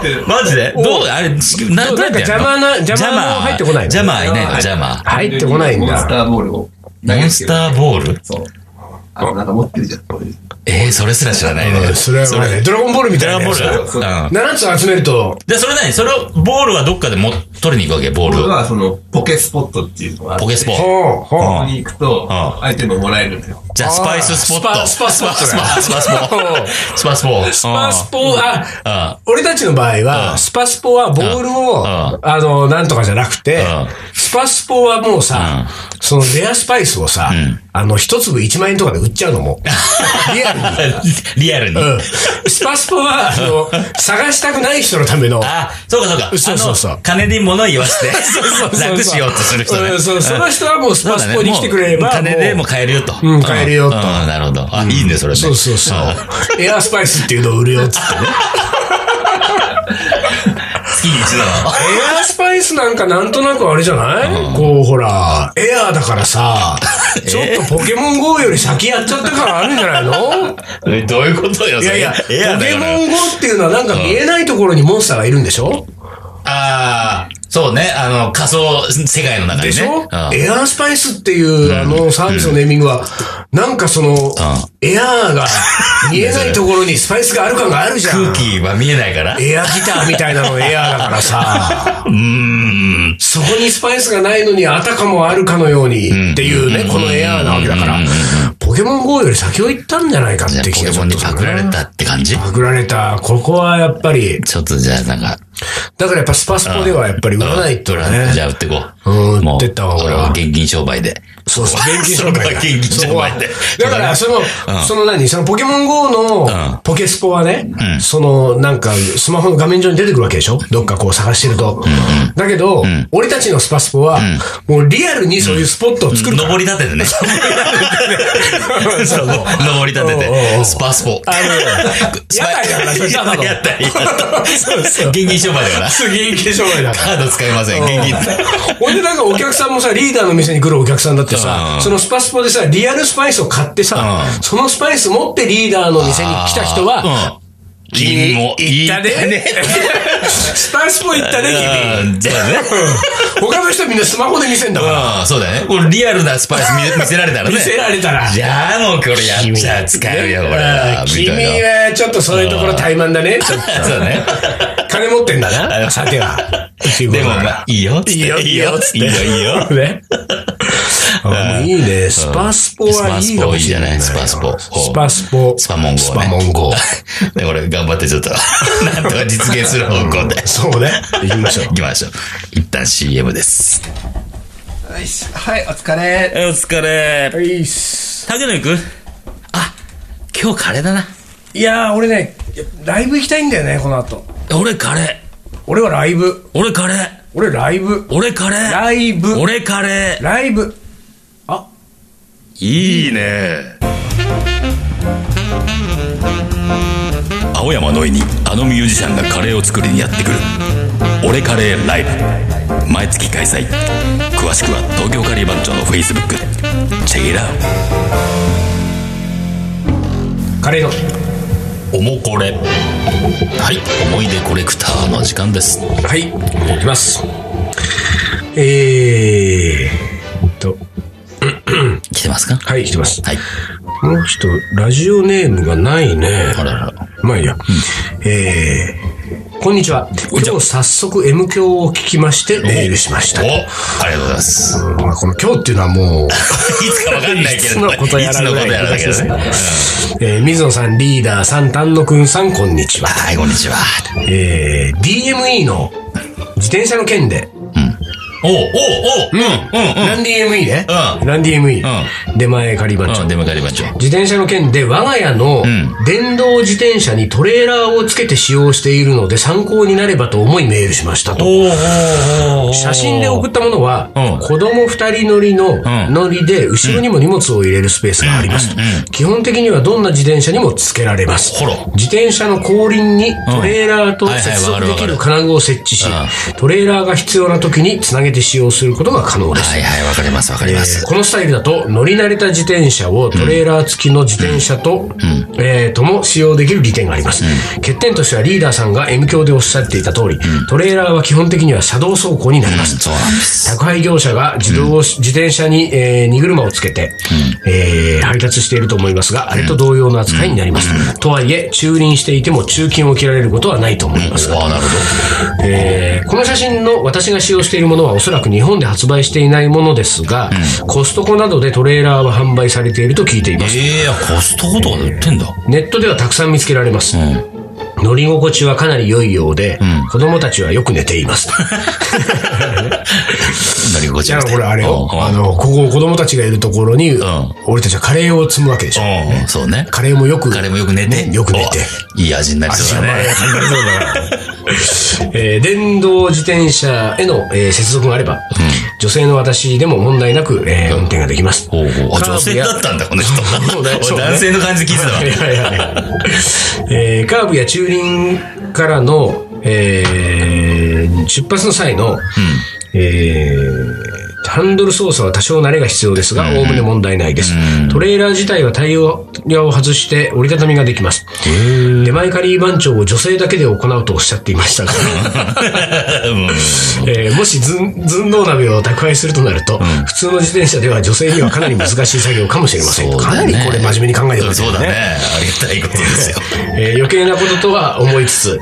Speaker 2: 当
Speaker 1: て
Speaker 2: にマジで
Speaker 1: お
Speaker 2: どうあれ、な
Speaker 1: どう
Speaker 2: どうやってや
Speaker 1: なんか
Speaker 2: るの
Speaker 1: 邪魔な邪魔も入ってこないの
Speaker 2: 邪魔はいないの、邪魔。
Speaker 1: 入ってこないん
Speaker 3: モンスタ
Speaker 1: だ。
Speaker 3: ーボールを投げつける。
Speaker 2: モンスターボール
Speaker 3: そう。あの、なんか持ってるじゃん。こういう
Speaker 2: えー、それすら知らない
Speaker 1: うん
Speaker 2: ね。
Speaker 1: それはね、ドラゴンボールみ
Speaker 2: ド
Speaker 1: た
Speaker 2: ラ
Speaker 1: いな
Speaker 2: ゴン
Speaker 1: や
Speaker 2: ボ
Speaker 1: つ。
Speaker 2: ール
Speaker 3: そう
Speaker 2: うん。
Speaker 1: 7つ集めると、
Speaker 2: で、それ何それを、ボールはどっかでも取りに行くわけ、ボー
Speaker 3: これ
Speaker 2: ルを。
Speaker 3: は、その、ポケスポットっていうのがあって
Speaker 2: ポケスポ
Speaker 1: ほうほう
Speaker 3: ここに行くと
Speaker 2: ん、
Speaker 3: アイテムもらえるんだよ。
Speaker 2: じゃあ、スパイススポッ
Speaker 1: あー
Speaker 2: ト。
Speaker 1: スパスパスポットだ
Speaker 2: スパスパスポ
Speaker 1: うん
Speaker 2: スパスポ
Speaker 1: スパスポあ、
Speaker 2: あ
Speaker 1: 俺たちの場合
Speaker 2: う
Speaker 1: は、
Speaker 2: ん
Speaker 1: スパスポはボール
Speaker 2: う
Speaker 1: を、
Speaker 2: ん
Speaker 1: あの、なんとかじゃなくて
Speaker 2: うん、
Speaker 1: スパスポはもうさ、そのレアスパイスをさ
Speaker 2: ん、
Speaker 1: あの、一粒1万円とかで売っちゃうの も、リアルに。
Speaker 2: リアルに。
Speaker 1: うんスパスポは、あの、探したくない人のための、
Speaker 2: あ、そうかそうか。
Speaker 1: そうそうそう
Speaker 2: あの金で物言わせ て、楽しようとする人
Speaker 1: う
Speaker 2: ね。
Speaker 1: んそうその人はもうス
Speaker 2: そう
Speaker 1: パ
Speaker 2: だ
Speaker 1: ス
Speaker 2: ね
Speaker 1: ポに来てくれれば、
Speaker 2: もう金でも
Speaker 1: もう
Speaker 2: 買えるよと。
Speaker 1: うん買えるよと
Speaker 2: うんうんなるほど。あ、いいね、それね。
Speaker 1: そうそうそう。エアスパイスっていうのを売るよっつ ってね。
Speaker 2: 月に一度 の。
Speaker 1: エアスパイスなんかなんとなくあれじゃないこうほら、エアーだから さ、ちょっとポケモン GO より先やっちゃった感あるんじゃない の
Speaker 2: えどういうことよ、
Speaker 1: い
Speaker 2: そ
Speaker 1: や
Speaker 2: れ。
Speaker 1: いや、
Speaker 2: エア
Speaker 1: ポ
Speaker 2: だ
Speaker 1: ケ
Speaker 2: か
Speaker 1: モ
Speaker 2: ら
Speaker 1: ン GO っていうのはなんか見えないところにモンスターがいるんでしょ
Speaker 2: ああ、そうね。あの、仮想世界の中にね。
Speaker 1: でしょ
Speaker 2: うん
Speaker 1: エアースパイスっていうあのサービスのネーミングは、なんかその、エアーが見えないところにスパイスがある感があるじゃ
Speaker 2: 空
Speaker 1: ん。
Speaker 2: 気は見えないから。
Speaker 1: エアギターみたいな のエアーだからさ。
Speaker 2: うーん。
Speaker 1: そこにスパイスがないのに、あたかもあるかのようにっていうね、このエアーなわけだから、ポケモン GO より先を行ったんじゃないかっ
Speaker 2: じゃあ
Speaker 1: て
Speaker 2: ポ
Speaker 1: 気
Speaker 2: ケ
Speaker 1: がち
Speaker 2: モ
Speaker 1: ょ
Speaker 2: ン
Speaker 1: っ
Speaker 2: に
Speaker 1: とす
Speaker 2: パ
Speaker 1: る
Speaker 2: クられたって感じ
Speaker 1: パクられた。ここはやっぱり、
Speaker 2: ちょっとじゃあなんか、
Speaker 1: だからやっぱスパスポではやっぱり売らないと
Speaker 2: ドラ
Speaker 1: ね
Speaker 2: じ。ゃあ売ってこう。
Speaker 1: うん
Speaker 2: もう、
Speaker 1: 出たわこれは
Speaker 2: あの現金商売で。
Speaker 1: そうそう、現金
Speaker 2: そ
Speaker 1: 商
Speaker 2: こは
Speaker 1: 売だ。
Speaker 2: 現金商売で。
Speaker 1: だから、その、その何そのポケモン GO
Speaker 2: うん
Speaker 1: のポケスポはね、その、なんか、スマホの画面上に出てくるわけでしょどっかこう探してると。だけど、俺たちのスパスポは、もうリアルにそういうスポットを作るから。
Speaker 2: 登り立ててね。 そう登り立
Speaker 1: おうお
Speaker 2: て
Speaker 1: うお
Speaker 2: て。
Speaker 1: う
Speaker 2: スパスポ。
Speaker 1: あの、屋台だから、それただの。
Speaker 2: やった、やった。
Speaker 1: そうそう。
Speaker 2: 現金商売だから。
Speaker 1: 現金商 売だから。
Speaker 2: カード使いません。現金。
Speaker 1: ほんでなんかお客さんもさ、リーダーの店に来るお客さんだって
Speaker 2: う
Speaker 1: さ
Speaker 2: ん、
Speaker 1: そのスパスポでさ、リアルスパイスを買ってさ
Speaker 2: う、
Speaker 1: そのスパイス持ってリーダーの店に来た人は、、
Speaker 2: うん。君も、
Speaker 1: 行ったね
Speaker 2: 行
Speaker 1: スパイスポ行ったね、君。
Speaker 2: うん、そうだね。
Speaker 1: 他の人みんなスマホで見せんだから。
Speaker 2: うん、そうだね。これリアルなスパイ ス見見せられたらね。
Speaker 1: 見せられたら。
Speaker 2: じゃあもうこれやっちゃ使えるよ、これは。み
Speaker 1: 君
Speaker 2: たいな。
Speaker 1: はちょっとそういうところ怠慢だね。ちょっと
Speaker 2: そうだ ね。
Speaker 1: 金持ってん だな、酒 は。
Speaker 2: でも、まあ、いいよ、つって
Speaker 1: いいよ、いいよ、つって。
Speaker 2: いいよ、いい よ。
Speaker 1: ね。あいいね。スパスポはいいかもしれない。
Speaker 2: スパスポいいじゃない
Speaker 1: スパスポ。
Speaker 2: スパモンゴ
Speaker 1: ス
Speaker 2: ー
Speaker 1: パ
Speaker 2: ね。
Speaker 1: モン ゴー。
Speaker 2: で、これ頑張ってちょっと、 なんとか実現する方向で。
Speaker 1: そうね。行きましょう
Speaker 2: 行。きましょう。一旦 CM です。
Speaker 3: はい、はい、お疲れ。
Speaker 2: お疲れ。
Speaker 1: いっす
Speaker 2: 竹野行くあ、今日カレーだな。
Speaker 1: いやー、俺ね、ライブ行きたいんだよね、この後。
Speaker 2: 俺カレー。
Speaker 1: 俺はライブ。
Speaker 2: 俺カレー。
Speaker 1: 俺ライブ。
Speaker 2: 俺カレー。
Speaker 1: ライブ。
Speaker 2: 俺カレー。
Speaker 1: ライブ。
Speaker 2: いいね青山のいにあのミュージシャンがカレーを作りにやってくる「俺カレーライブ」毎月開催詳しくは東京カリー番長のフェイスブックチェイラー
Speaker 1: カレーの。
Speaker 2: おもこれはい思い出コレクターの時間です
Speaker 1: はい。行きます。えーっと、
Speaker 2: 来てますか
Speaker 1: はい、来てます。
Speaker 2: はい
Speaker 1: この人、ラジオネームがないね。
Speaker 2: あらら
Speaker 1: まあいいや。えー、こんにちは。今日早速 M 教を聞きましてメールしました
Speaker 2: お。ありがとうご ざいます
Speaker 1: まあこの今日っていうのは もう、
Speaker 2: いつかわかんない
Speaker 1: い
Speaker 2: け
Speaker 1: つ
Speaker 2: ど
Speaker 1: のことや
Speaker 2: い
Speaker 1: ら
Speaker 2: つのことやらだけどね
Speaker 1: えー、水野さん、リーダーさん、丹野くんさん、こんにちは。
Speaker 2: はいこんにちは
Speaker 1: えー、DME の自転車の件で、
Speaker 2: おうおうおううんうん
Speaker 1: ラン DME ね。
Speaker 2: うん
Speaker 1: ラン DME。出前仮番
Speaker 2: う
Speaker 1: 長
Speaker 2: ん。出迎え番長
Speaker 1: 自転車の件で我が家の
Speaker 2: ん
Speaker 1: 電動自転車にトレーラーをつけて使用しているので参考になればと思いメールしましたと。写真で送ったものは、
Speaker 2: うん
Speaker 1: 子供二人乗りの
Speaker 2: ん
Speaker 1: 乗りで、後ろにも荷物を入れるスペースがありますと。基本的にはどんな自転車にも付けられます
Speaker 2: ほら。
Speaker 1: 自転車の後輪にトレーラーと
Speaker 2: はいはい
Speaker 1: 接続
Speaker 2: わかる
Speaker 1: で
Speaker 2: わか
Speaker 1: き
Speaker 2: る
Speaker 1: る金具を設置し、トレーラーが必要な時につなげて使用することが可能です
Speaker 2: は。いはい、わかります、わかりま
Speaker 1: えー
Speaker 2: す。
Speaker 1: このスタイルだと乗り慣れた自転車をトレーラー付きの自転車と、えーとも使用できる利点があります、欠点としてはリーダーさんが M 教でおっしゃっていた通り、トレーラーは基本的には車道走行になります、
Speaker 2: そうなんです。
Speaker 1: 宅配業者が自動、自転車に、えー荷車をつけて、えー配達していると思いますが、あれと同様の扱いになります。とはいえ、駐輪していても中金を切られることはないと思いますが、
Speaker 2: ああ、なるほ
Speaker 1: えーこの写真の私が使用しているものはおそらく日本で発売していないものですが、コストコなどでトレーラーは販売されていると聞いてい
Speaker 2: ど。
Speaker 1: ます。
Speaker 2: ええコストコとかで売ってんだ。
Speaker 1: ネットではたくさん見つけられます。
Speaker 2: うん。
Speaker 1: 乗り心地はかなり良いようで、
Speaker 2: ん
Speaker 1: 子供たちはよく寝てい ます。
Speaker 2: 何がこち
Speaker 1: だ
Speaker 2: ら
Speaker 1: から
Speaker 2: です
Speaker 1: こ
Speaker 2: ね
Speaker 1: れあれよ、
Speaker 2: うん
Speaker 1: あの、ここ子供たちがいるところに、
Speaker 2: ん
Speaker 1: 俺たちはカレーを積むわけでしょ。
Speaker 2: うん、そうね。
Speaker 1: カレーもよく、
Speaker 2: 彼もよく寝て。
Speaker 1: ねよく寝て。
Speaker 2: お。いい味になり そうだね。
Speaker 1: えー電動自転車への、えー接続があれば、女性の私でも問題なく、えー運転ができます。
Speaker 2: ほうほう。あ、女性だったんだ、この人。
Speaker 1: そうねそうね
Speaker 2: 男性の感じで聞いてた
Speaker 1: い。
Speaker 2: わ
Speaker 1: やいやいや えーカーブや駐輪からの、えー出発の際の、えーハンドル操作は多少慣れが必要ですが、おおむね問題ないです。トレーラー自体はタイヤを外して折りたたみができます。出前カリー番長を女性だけで行うとおっしゃっていましたが、 えーもし寸寸胴鍋を宅配するとなると、普通の自転車では女性にはかなり難しい作業かもしれません。かなりこれ真面目に考えて
Speaker 2: ま
Speaker 1: ますす
Speaker 2: そうだね。ありがたいことですよ。
Speaker 1: えー余計なこととは思いつつ、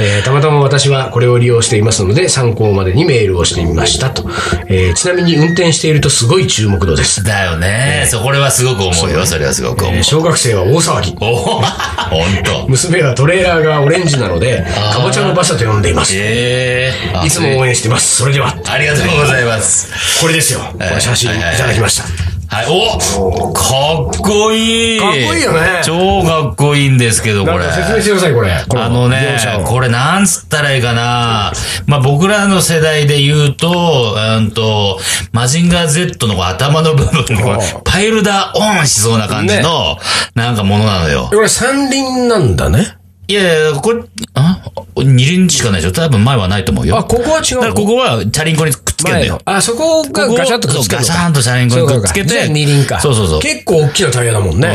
Speaker 1: えーたまたま私はこれを利用していますので、参考までにメールをしてみましたと。えーちなみにに運転しているとすごい注目度です。
Speaker 2: だよね。そう、これはすごく思うよ。それはすごく思う
Speaker 1: えー。小学生は大騒ぎ。
Speaker 2: おほほんと。
Speaker 1: 娘はトレーラーがオレンジなので、
Speaker 2: ー
Speaker 1: かぼちゃの馬車と呼んでいます。
Speaker 2: ええ
Speaker 1: いつも応援してます。それでは、
Speaker 2: ありがとうございます。
Speaker 1: これですよ。これ写真いただきました。
Speaker 2: はい、おかっこいい
Speaker 1: かっこいいよね
Speaker 2: 超かっこいいんですけど、こ
Speaker 1: なん
Speaker 2: れ。
Speaker 1: か説明してください、これ。
Speaker 2: あのね、これなんつったらいいかな。まあ、僕らの世代で言うと、うんと、マジンガー Z のこう頭の部分にこうパイルダーオンしそうな感じの、なんかものなのよ。
Speaker 1: これ三輪なんだね。
Speaker 2: いやいや、これ、あ二輪しかないでしょ多分前はないと思うよ。
Speaker 1: あ、ここは違う
Speaker 2: だ
Speaker 1: の
Speaker 2: からここはチャリンコにくっつけるんだ
Speaker 1: 前
Speaker 2: よ
Speaker 1: の。。あ、そこがガシャッとくっつけるのか
Speaker 2: そうガシャンとチャリンコにくっつけ
Speaker 1: そうかそうか
Speaker 2: て
Speaker 1: じゃあ二輪か。
Speaker 2: そうそうそう
Speaker 1: 結構大きなタイヤだもんね。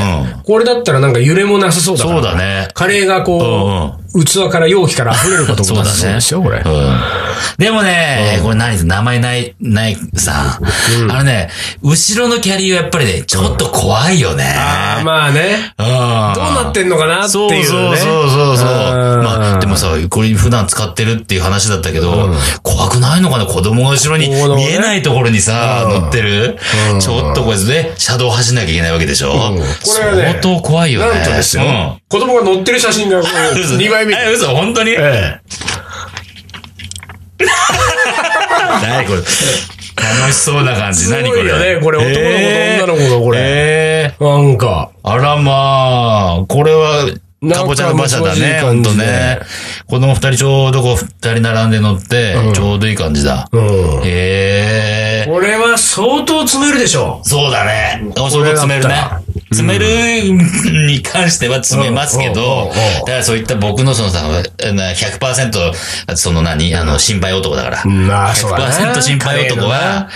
Speaker 1: これだったらなんか揺れもなさそうだから。
Speaker 2: そうだね
Speaker 1: カレーがこう、器から容器から溢れること
Speaker 2: そう
Speaker 1: もな
Speaker 2: だ
Speaker 1: さそ
Speaker 2: ね。
Speaker 1: うですよ、これ
Speaker 2: うん。。でもね、これ何名前ない、ないさ、あのね、後ろのキャリーはやっぱりね、ちょっと怖いよね。
Speaker 1: あーまあね。
Speaker 2: うん。ど
Speaker 1: どうなってんのかなっていうね。
Speaker 2: そうそうそうそう。
Speaker 1: うん
Speaker 2: まあ、でもさ、これ普段使ってるっていう話だったけど、怖くないのかな子供が後ろに
Speaker 1: 子供ね
Speaker 2: 見えないところにさ、乗ってる。ちょっとこれね、車道走んなきゃいけないわけでしょ
Speaker 1: これはね
Speaker 2: 相当怖いよね。
Speaker 1: なんとですよ
Speaker 2: うん。
Speaker 1: 子供が乗ってる写真がこう、
Speaker 2: 嘘
Speaker 1: 2枚目。
Speaker 2: え、嘘、本当に
Speaker 1: え
Speaker 2: 何これ。楽しそうな感じ。
Speaker 1: すごい
Speaker 2: 何これ。
Speaker 1: よねこれ男の子と
Speaker 2: えー
Speaker 1: 女の子がこれ
Speaker 2: えー
Speaker 1: えなんか。
Speaker 2: あらまあ、これは、
Speaker 1: なんか
Speaker 2: かぼちゃの馬車だね、ほ
Speaker 1: 難しい感
Speaker 2: ん
Speaker 1: じ
Speaker 2: と
Speaker 1: で
Speaker 2: ね。子供二人ちょうどこう二人並んで乗って、ちょうどいい感じだ。
Speaker 1: うん。
Speaker 2: へえ。
Speaker 1: これは相当詰めるでしょ
Speaker 2: そうだね。おそこ詰めるね。詰めるに関しては詰めますけ
Speaker 1: うんうんうん
Speaker 2: ど
Speaker 1: うん、
Speaker 2: だからそういった僕のそのさ、あの100%その何、あの、心配男だから。
Speaker 1: まあ、そうだね。
Speaker 2: 100%心配男は、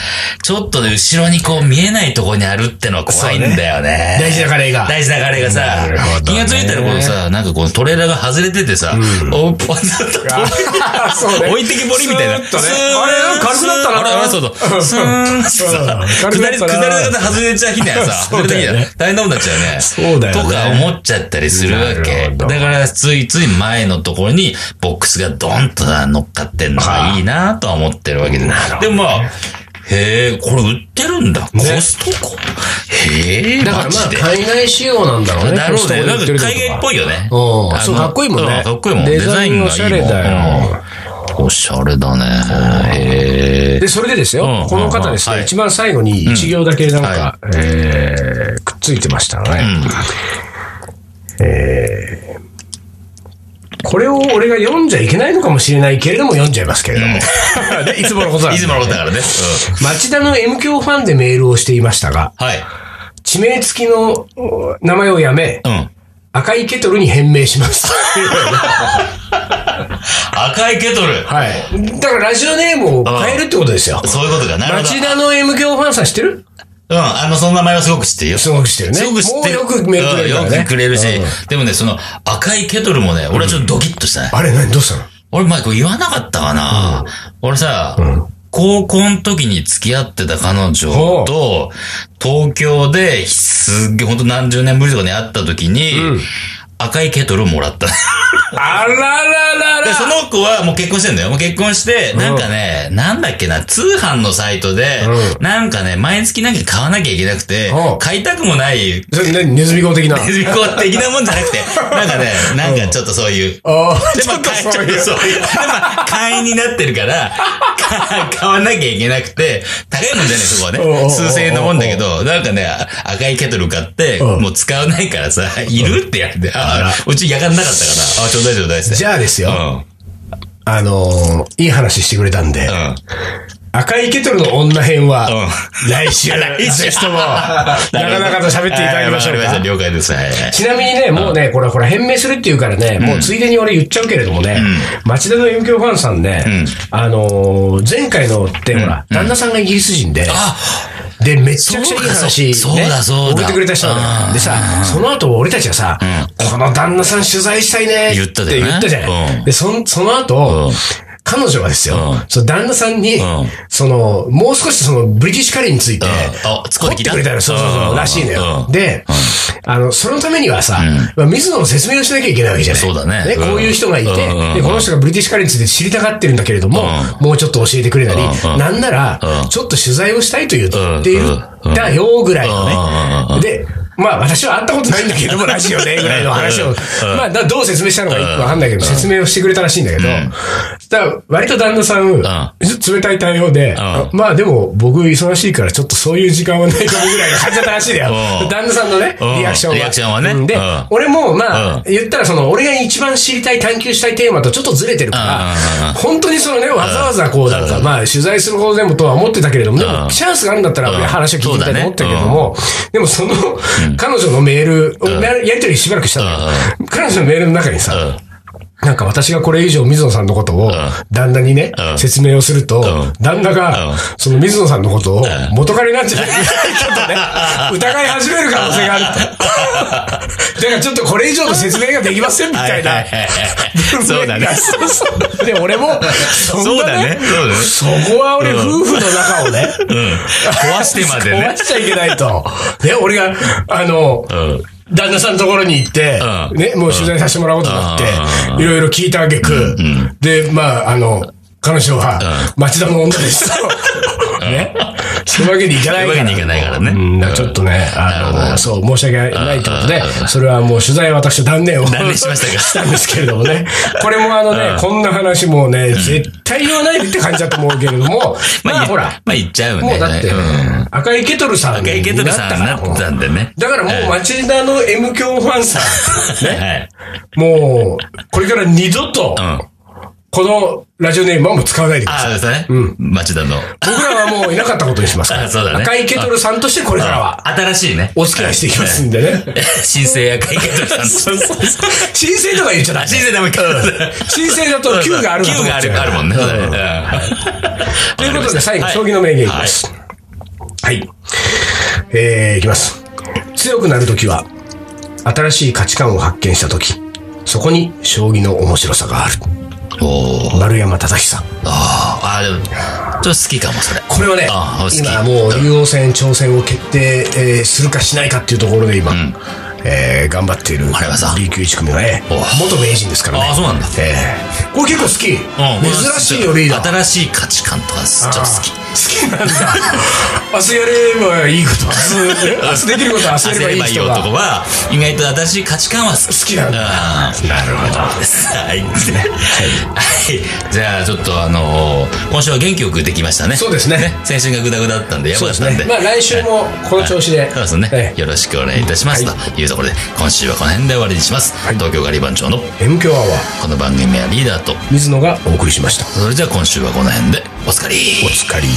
Speaker 2: ちょっとね、後ろにこう見えないところにあるってのは怖いんだよね。
Speaker 1: 大事なカレーが
Speaker 2: 大事なカレーがさ
Speaker 1: なるほ、ど
Speaker 2: 気
Speaker 1: ね
Speaker 2: がついたらこのさ、なんかこのトレーラーが外れててさ、おっぽずっと
Speaker 1: あ そうね
Speaker 2: 置いてけぼりみたいな。
Speaker 1: スーッとね
Speaker 2: スー
Speaker 1: あれなんか軽くなったな
Speaker 2: あれあれ、そうそう。スーンってさ、下
Speaker 1: うん
Speaker 2: り、
Speaker 1: 軽く
Speaker 2: 下
Speaker 1: なっ
Speaker 2: り
Speaker 1: たな
Speaker 2: 方外れちゃう日だよさ。
Speaker 1: そうだよね
Speaker 2: 外れた日だよ大変なことになっちゃうね。
Speaker 1: そうだよね
Speaker 2: とか思っちゃったりするわ
Speaker 1: な
Speaker 2: け。
Speaker 1: るほ
Speaker 2: だ
Speaker 1: ど
Speaker 2: から、ついつい前のところに、ボックスがドンとさ乗っかってんのがいいなとは思ってるわけで。でもまあ、へえ、これ売ってるんだ。コストコへえ、
Speaker 1: だからま
Speaker 2: マ
Speaker 1: あ、
Speaker 2: ジで。
Speaker 1: 海外仕様なんだろうね。
Speaker 2: だろうね。な
Speaker 1: この人が
Speaker 2: んか海
Speaker 1: 言ってる
Speaker 2: 外っぽいよね。
Speaker 1: うん
Speaker 2: あの
Speaker 1: そうかっこいいもんね
Speaker 2: うかっこいいもん。デ
Speaker 1: デ
Speaker 2: ザ
Speaker 1: ザ
Speaker 2: イ
Speaker 1: イ
Speaker 2: ン
Speaker 1: ン
Speaker 2: がいい
Speaker 1: おしゃ
Speaker 2: もん。
Speaker 1: れだよ
Speaker 2: うん。おしゃれだね。へえ。
Speaker 1: で、それでです
Speaker 2: う
Speaker 1: よ
Speaker 2: ん、
Speaker 1: この方です
Speaker 2: はい
Speaker 1: ね、一番最後に一行だけなんか、えーくっついてましたね。えーこれを俺が読んじゃいけないのかもしれないけれども、読んじゃいますけれども。 いつものことなん
Speaker 2: い
Speaker 1: で
Speaker 2: つものことだからね。うん
Speaker 1: 町田の M 教ファンでメールをしていましたが、
Speaker 2: はい。
Speaker 1: 地名付きのお名前をやめ、
Speaker 2: うん。
Speaker 1: 赤いケトルに変名し ます。
Speaker 2: 赤いケトル。
Speaker 1: はい。だからラジオネームを変えるってことですよ。
Speaker 2: そういうことか。なるほど。
Speaker 1: 町田の M 教ファンさん知ってる
Speaker 2: うん。あの、その名前はすごく知ってるよ。
Speaker 1: すごく知ってるね。
Speaker 2: すごく知ってる。
Speaker 1: もうよくメールくれるか
Speaker 2: う
Speaker 1: ら
Speaker 2: ん
Speaker 1: ね。
Speaker 2: よくくれるし。でもね、その赤いケトルもね、俺はちょっとドキッとしたね。
Speaker 1: あれ何どうしたの
Speaker 2: 俺、マイク言わなかったかな、俺さ、高校の時に付き合ってた彼女と、東京で、すっげえ、ほんと何十年ぶりとかに会った時に、赤いケトルをもらった。
Speaker 1: あららら
Speaker 2: で、
Speaker 1: ら
Speaker 2: その子はもう結婚してんだよ。もう結婚して、なんかね、なんだっけな、通販のサイトで、
Speaker 1: う
Speaker 2: なんかね、毎月なんか買わなきゃいけなくて
Speaker 1: う、ん
Speaker 2: 買いたくもない、
Speaker 1: それ何ネズミ講的な。
Speaker 2: 手作り的なもんじゃなくて、なんかね、なんかちょっとそういう、
Speaker 1: ああ、
Speaker 2: で、
Speaker 1: ち
Speaker 2: ま
Speaker 1: ょ
Speaker 2: あ、
Speaker 1: っと
Speaker 2: 買い、
Speaker 1: そういう。
Speaker 2: そうで、まあ、会員になってるから、か買わなきゃいけなくて、高いもんじゃない、そこは
Speaker 1: おうおうおうお
Speaker 2: ね。
Speaker 1: う
Speaker 2: 数千円のもんだけど、なんかね、あ赤いケトル買って、
Speaker 1: うん
Speaker 2: もう使わないからさ、いるってやれて、あうちやがんなかったから、あ、ちょうだいちょうだいって。
Speaker 1: じゃあですよ、
Speaker 2: うん。うん。
Speaker 1: あのーいい話してくれたんで、赤いケトルの女編は、
Speaker 2: うん
Speaker 1: 来週、
Speaker 2: 来週
Speaker 1: ぜひとも、 なかなかと喋っていただきましょう
Speaker 2: はいわかりました
Speaker 1: か。
Speaker 2: 了解です。はいはい。
Speaker 1: ちなみにね、もうね、これ、これ、変名するっていうからね、もうついでに俺言っちゃうけれどもね、町田の遊興ファンさんね、あのー前回のって、ほら、旦那さんがイギリス人で、
Speaker 2: あ
Speaker 1: で、めっちゃくちゃいい話、ね、
Speaker 2: そうだそうだそうだ
Speaker 1: 送ってくれた人なんだ
Speaker 2: うん
Speaker 1: よ。でさ、その後俺たちがさ、この旦那さん取材したいね
Speaker 2: 言っただよね
Speaker 1: 言ったじゃない、
Speaker 2: うん
Speaker 1: でそん、その後、
Speaker 2: うん
Speaker 1: 彼女はですよ、
Speaker 2: うん
Speaker 1: その旦那さんに、
Speaker 2: ん
Speaker 1: その、もう少しその、ブリティッシュカレーについて、
Speaker 2: うんあ作
Speaker 1: 作
Speaker 2: っ
Speaker 1: っててき
Speaker 2: きた
Speaker 1: てくれたの、そうそうそうう、
Speaker 2: ん
Speaker 1: らしいのよ。
Speaker 2: うん
Speaker 1: で、あの、そのためにはさ、まあ、水野の説明をしなきゃいけないわけじゃない。
Speaker 2: そうだねうん
Speaker 1: こういう人がいて、
Speaker 2: うん
Speaker 1: で、この人がブリティッシュカレーについて知りたがってるんだけれども、もうちょっと教えてくれたり、
Speaker 2: うんうん
Speaker 1: なんなら、
Speaker 2: うん
Speaker 1: ちょっと取材をしたいと言っている
Speaker 2: うん
Speaker 1: んだよ、ぐらいのね。
Speaker 2: うん
Speaker 1: で、まあ私は会ったことないんだけども、ラジオでぐらいの話
Speaker 2: うん
Speaker 1: を、まあだどう説明したのかよくわかんないけど、説明をしてくれたらしいんだけど、
Speaker 2: ん
Speaker 1: だから割と旦那さん、冷たい対応で、あまあでも僕忙しいからちょっとそういう時間はないかもぐらいの感じだったらしいんだ
Speaker 2: うん
Speaker 1: よ。旦那さんのね
Speaker 2: うん、
Speaker 1: リアクションは。
Speaker 2: リアクションはね
Speaker 1: うんで
Speaker 2: うん、
Speaker 1: 俺もま
Speaker 2: うん
Speaker 1: あ、言ったらその、俺が一番知りたい探求したいテーマとちょっとずれてるか
Speaker 2: うんうんう
Speaker 1: ら、
Speaker 2: ん
Speaker 1: 本当にそのね、わざわざこうなんか、まあ取材するほどでもとは思ってたけれども、で
Speaker 2: うん
Speaker 1: もチャンスがあるんだったら俺話を聞いてみたいと思ったけれど
Speaker 2: そうだねうん
Speaker 1: も、でもその、彼女のメールをややりとりしばらくしたのよ。彼女のメールの中にさ、なんか私がこれ以上水野さんのことを旦那にね
Speaker 2: う、ん
Speaker 1: 説明をすると
Speaker 2: ん、
Speaker 1: 旦那
Speaker 2: うん
Speaker 1: が、その水野さんのことを元彼なんじ ゃないかとね、疑い始める可能性がある と。だからちょっとこれ以上の説明ができませんみたいな。
Speaker 2: そうだね。
Speaker 1: そうそう で、俺も、そん
Speaker 2: そう
Speaker 1: な
Speaker 2: だね
Speaker 1: ね。。
Speaker 2: そうだね。
Speaker 1: そこは俺、夫婦の中をね、
Speaker 2: 壊してまでね
Speaker 1: 壊。しちゃいけないと。ね、俺が、あの、
Speaker 2: うん。
Speaker 1: 旦那さんのところに行って、
Speaker 2: うん
Speaker 1: ね、もう取材させてもらうことになって、いろいろ聞いたあげく、で、まあ、あの、彼女は、町田の女です と、ね、そういうわけにいか
Speaker 2: そう
Speaker 1: ないいうから
Speaker 2: わけにいかないから
Speaker 1: う
Speaker 2: ね。
Speaker 1: んだからちょっとね、あの、そう、申し訳ないということで、それはもう取材は私は断念を。
Speaker 2: 断念しましたか
Speaker 1: したんですけれども ね。これもあのね、こんな話もうね、絶対言わないって感じだと思うけれども、まあほら、
Speaker 2: まあ言っちゃうね。
Speaker 1: もうだって
Speaker 2: うん。、
Speaker 1: 赤いケトルさんに
Speaker 2: 池
Speaker 1: な
Speaker 2: ト
Speaker 1: っ
Speaker 2: ル
Speaker 1: た
Speaker 2: さん
Speaker 1: か
Speaker 2: にな
Speaker 1: ら
Speaker 2: っ。たんでね。
Speaker 1: だからもう町田の M 強ファンさん、ね、
Speaker 2: はい。
Speaker 1: もう、これから二度と
Speaker 2: う、ん。
Speaker 1: このラジオネームはもう使わないでくだ
Speaker 2: あ
Speaker 1: さい。
Speaker 2: あ、そうですね。うん。町田の。
Speaker 1: 僕らはもういなかったことにしますか
Speaker 2: あそうだ
Speaker 1: ら。
Speaker 2: ね
Speaker 1: 赤いケトルさんとしてこれからは、
Speaker 2: 新しいね。
Speaker 1: お付き合いしていきますんでね。
Speaker 2: 新生赤池トルさん。そうそうそう。
Speaker 1: 申請とか言っちゃダメ。
Speaker 2: 新生ダメか。
Speaker 1: 申請だと Q があるんだと
Speaker 2: 9
Speaker 1: 思
Speaker 2: があ
Speaker 1: っちゃ
Speaker 2: る
Speaker 1: う
Speaker 2: あるもんね。そうだねうん
Speaker 1: ということで、最後、
Speaker 2: はい
Speaker 1: 将棋の名言いきます。はい。えー、いきます。強くなるときは、新しい価値観を発見したとき、そこに将棋の面白さがある。
Speaker 2: おー
Speaker 1: 丸山忠久。
Speaker 2: あーあー、でも、ちょっと好きかも、それ。
Speaker 1: これはね
Speaker 2: あ好、き
Speaker 1: 今もう竜王戦挑戦を決定、えーするかしないかっていうところで今、えー頑張っている
Speaker 2: あれはさ
Speaker 1: B 級1組のね
Speaker 2: おう、
Speaker 1: 元名人ですからね。
Speaker 2: あーそうなんだ
Speaker 1: えーこれ結構好き。
Speaker 2: うん
Speaker 1: 珍しいよ、リーダー。
Speaker 2: 新しい価値観とか、ちょっと好き。
Speaker 1: 好きなんだ。明日やればいいこと。明日、明日できることは明日
Speaker 2: 焦
Speaker 1: や
Speaker 2: れ
Speaker 1: れば
Speaker 2: ば
Speaker 1: い
Speaker 2: い
Speaker 1: い
Speaker 2: い
Speaker 1: 人
Speaker 2: 男
Speaker 1: が。
Speaker 2: は、意外と新しい価値観は好き。
Speaker 1: 好きなんだ
Speaker 2: あー
Speaker 1: なるほど。
Speaker 2: はい。はい。じゃあ、ちょっとあのー今週は元気よくできましたね。
Speaker 1: そうですね。
Speaker 2: 先週がグダグダだったんで、やば
Speaker 1: そう
Speaker 2: か
Speaker 1: で
Speaker 2: っ
Speaker 1: す
Speaker 2: たんで。
Speaker 1: ね。まあ来週もこの調子で。
Speaker 2: そうですね、
Speaker 1: ええ
Speaker 2: よろしくお願いいたします、
Speaker 1: は
Speaker 2: というところで今週はこの辺で終わりにします、東京ガリバン長の
Speaker 1: M 強アワー、
Speaker 2: この番組はリーダーと
Speaker 1: 水野がお送りしました。
Speaker 2: それじゃあ今週はこの辺でおつかり
Speaker 1: お疲れ。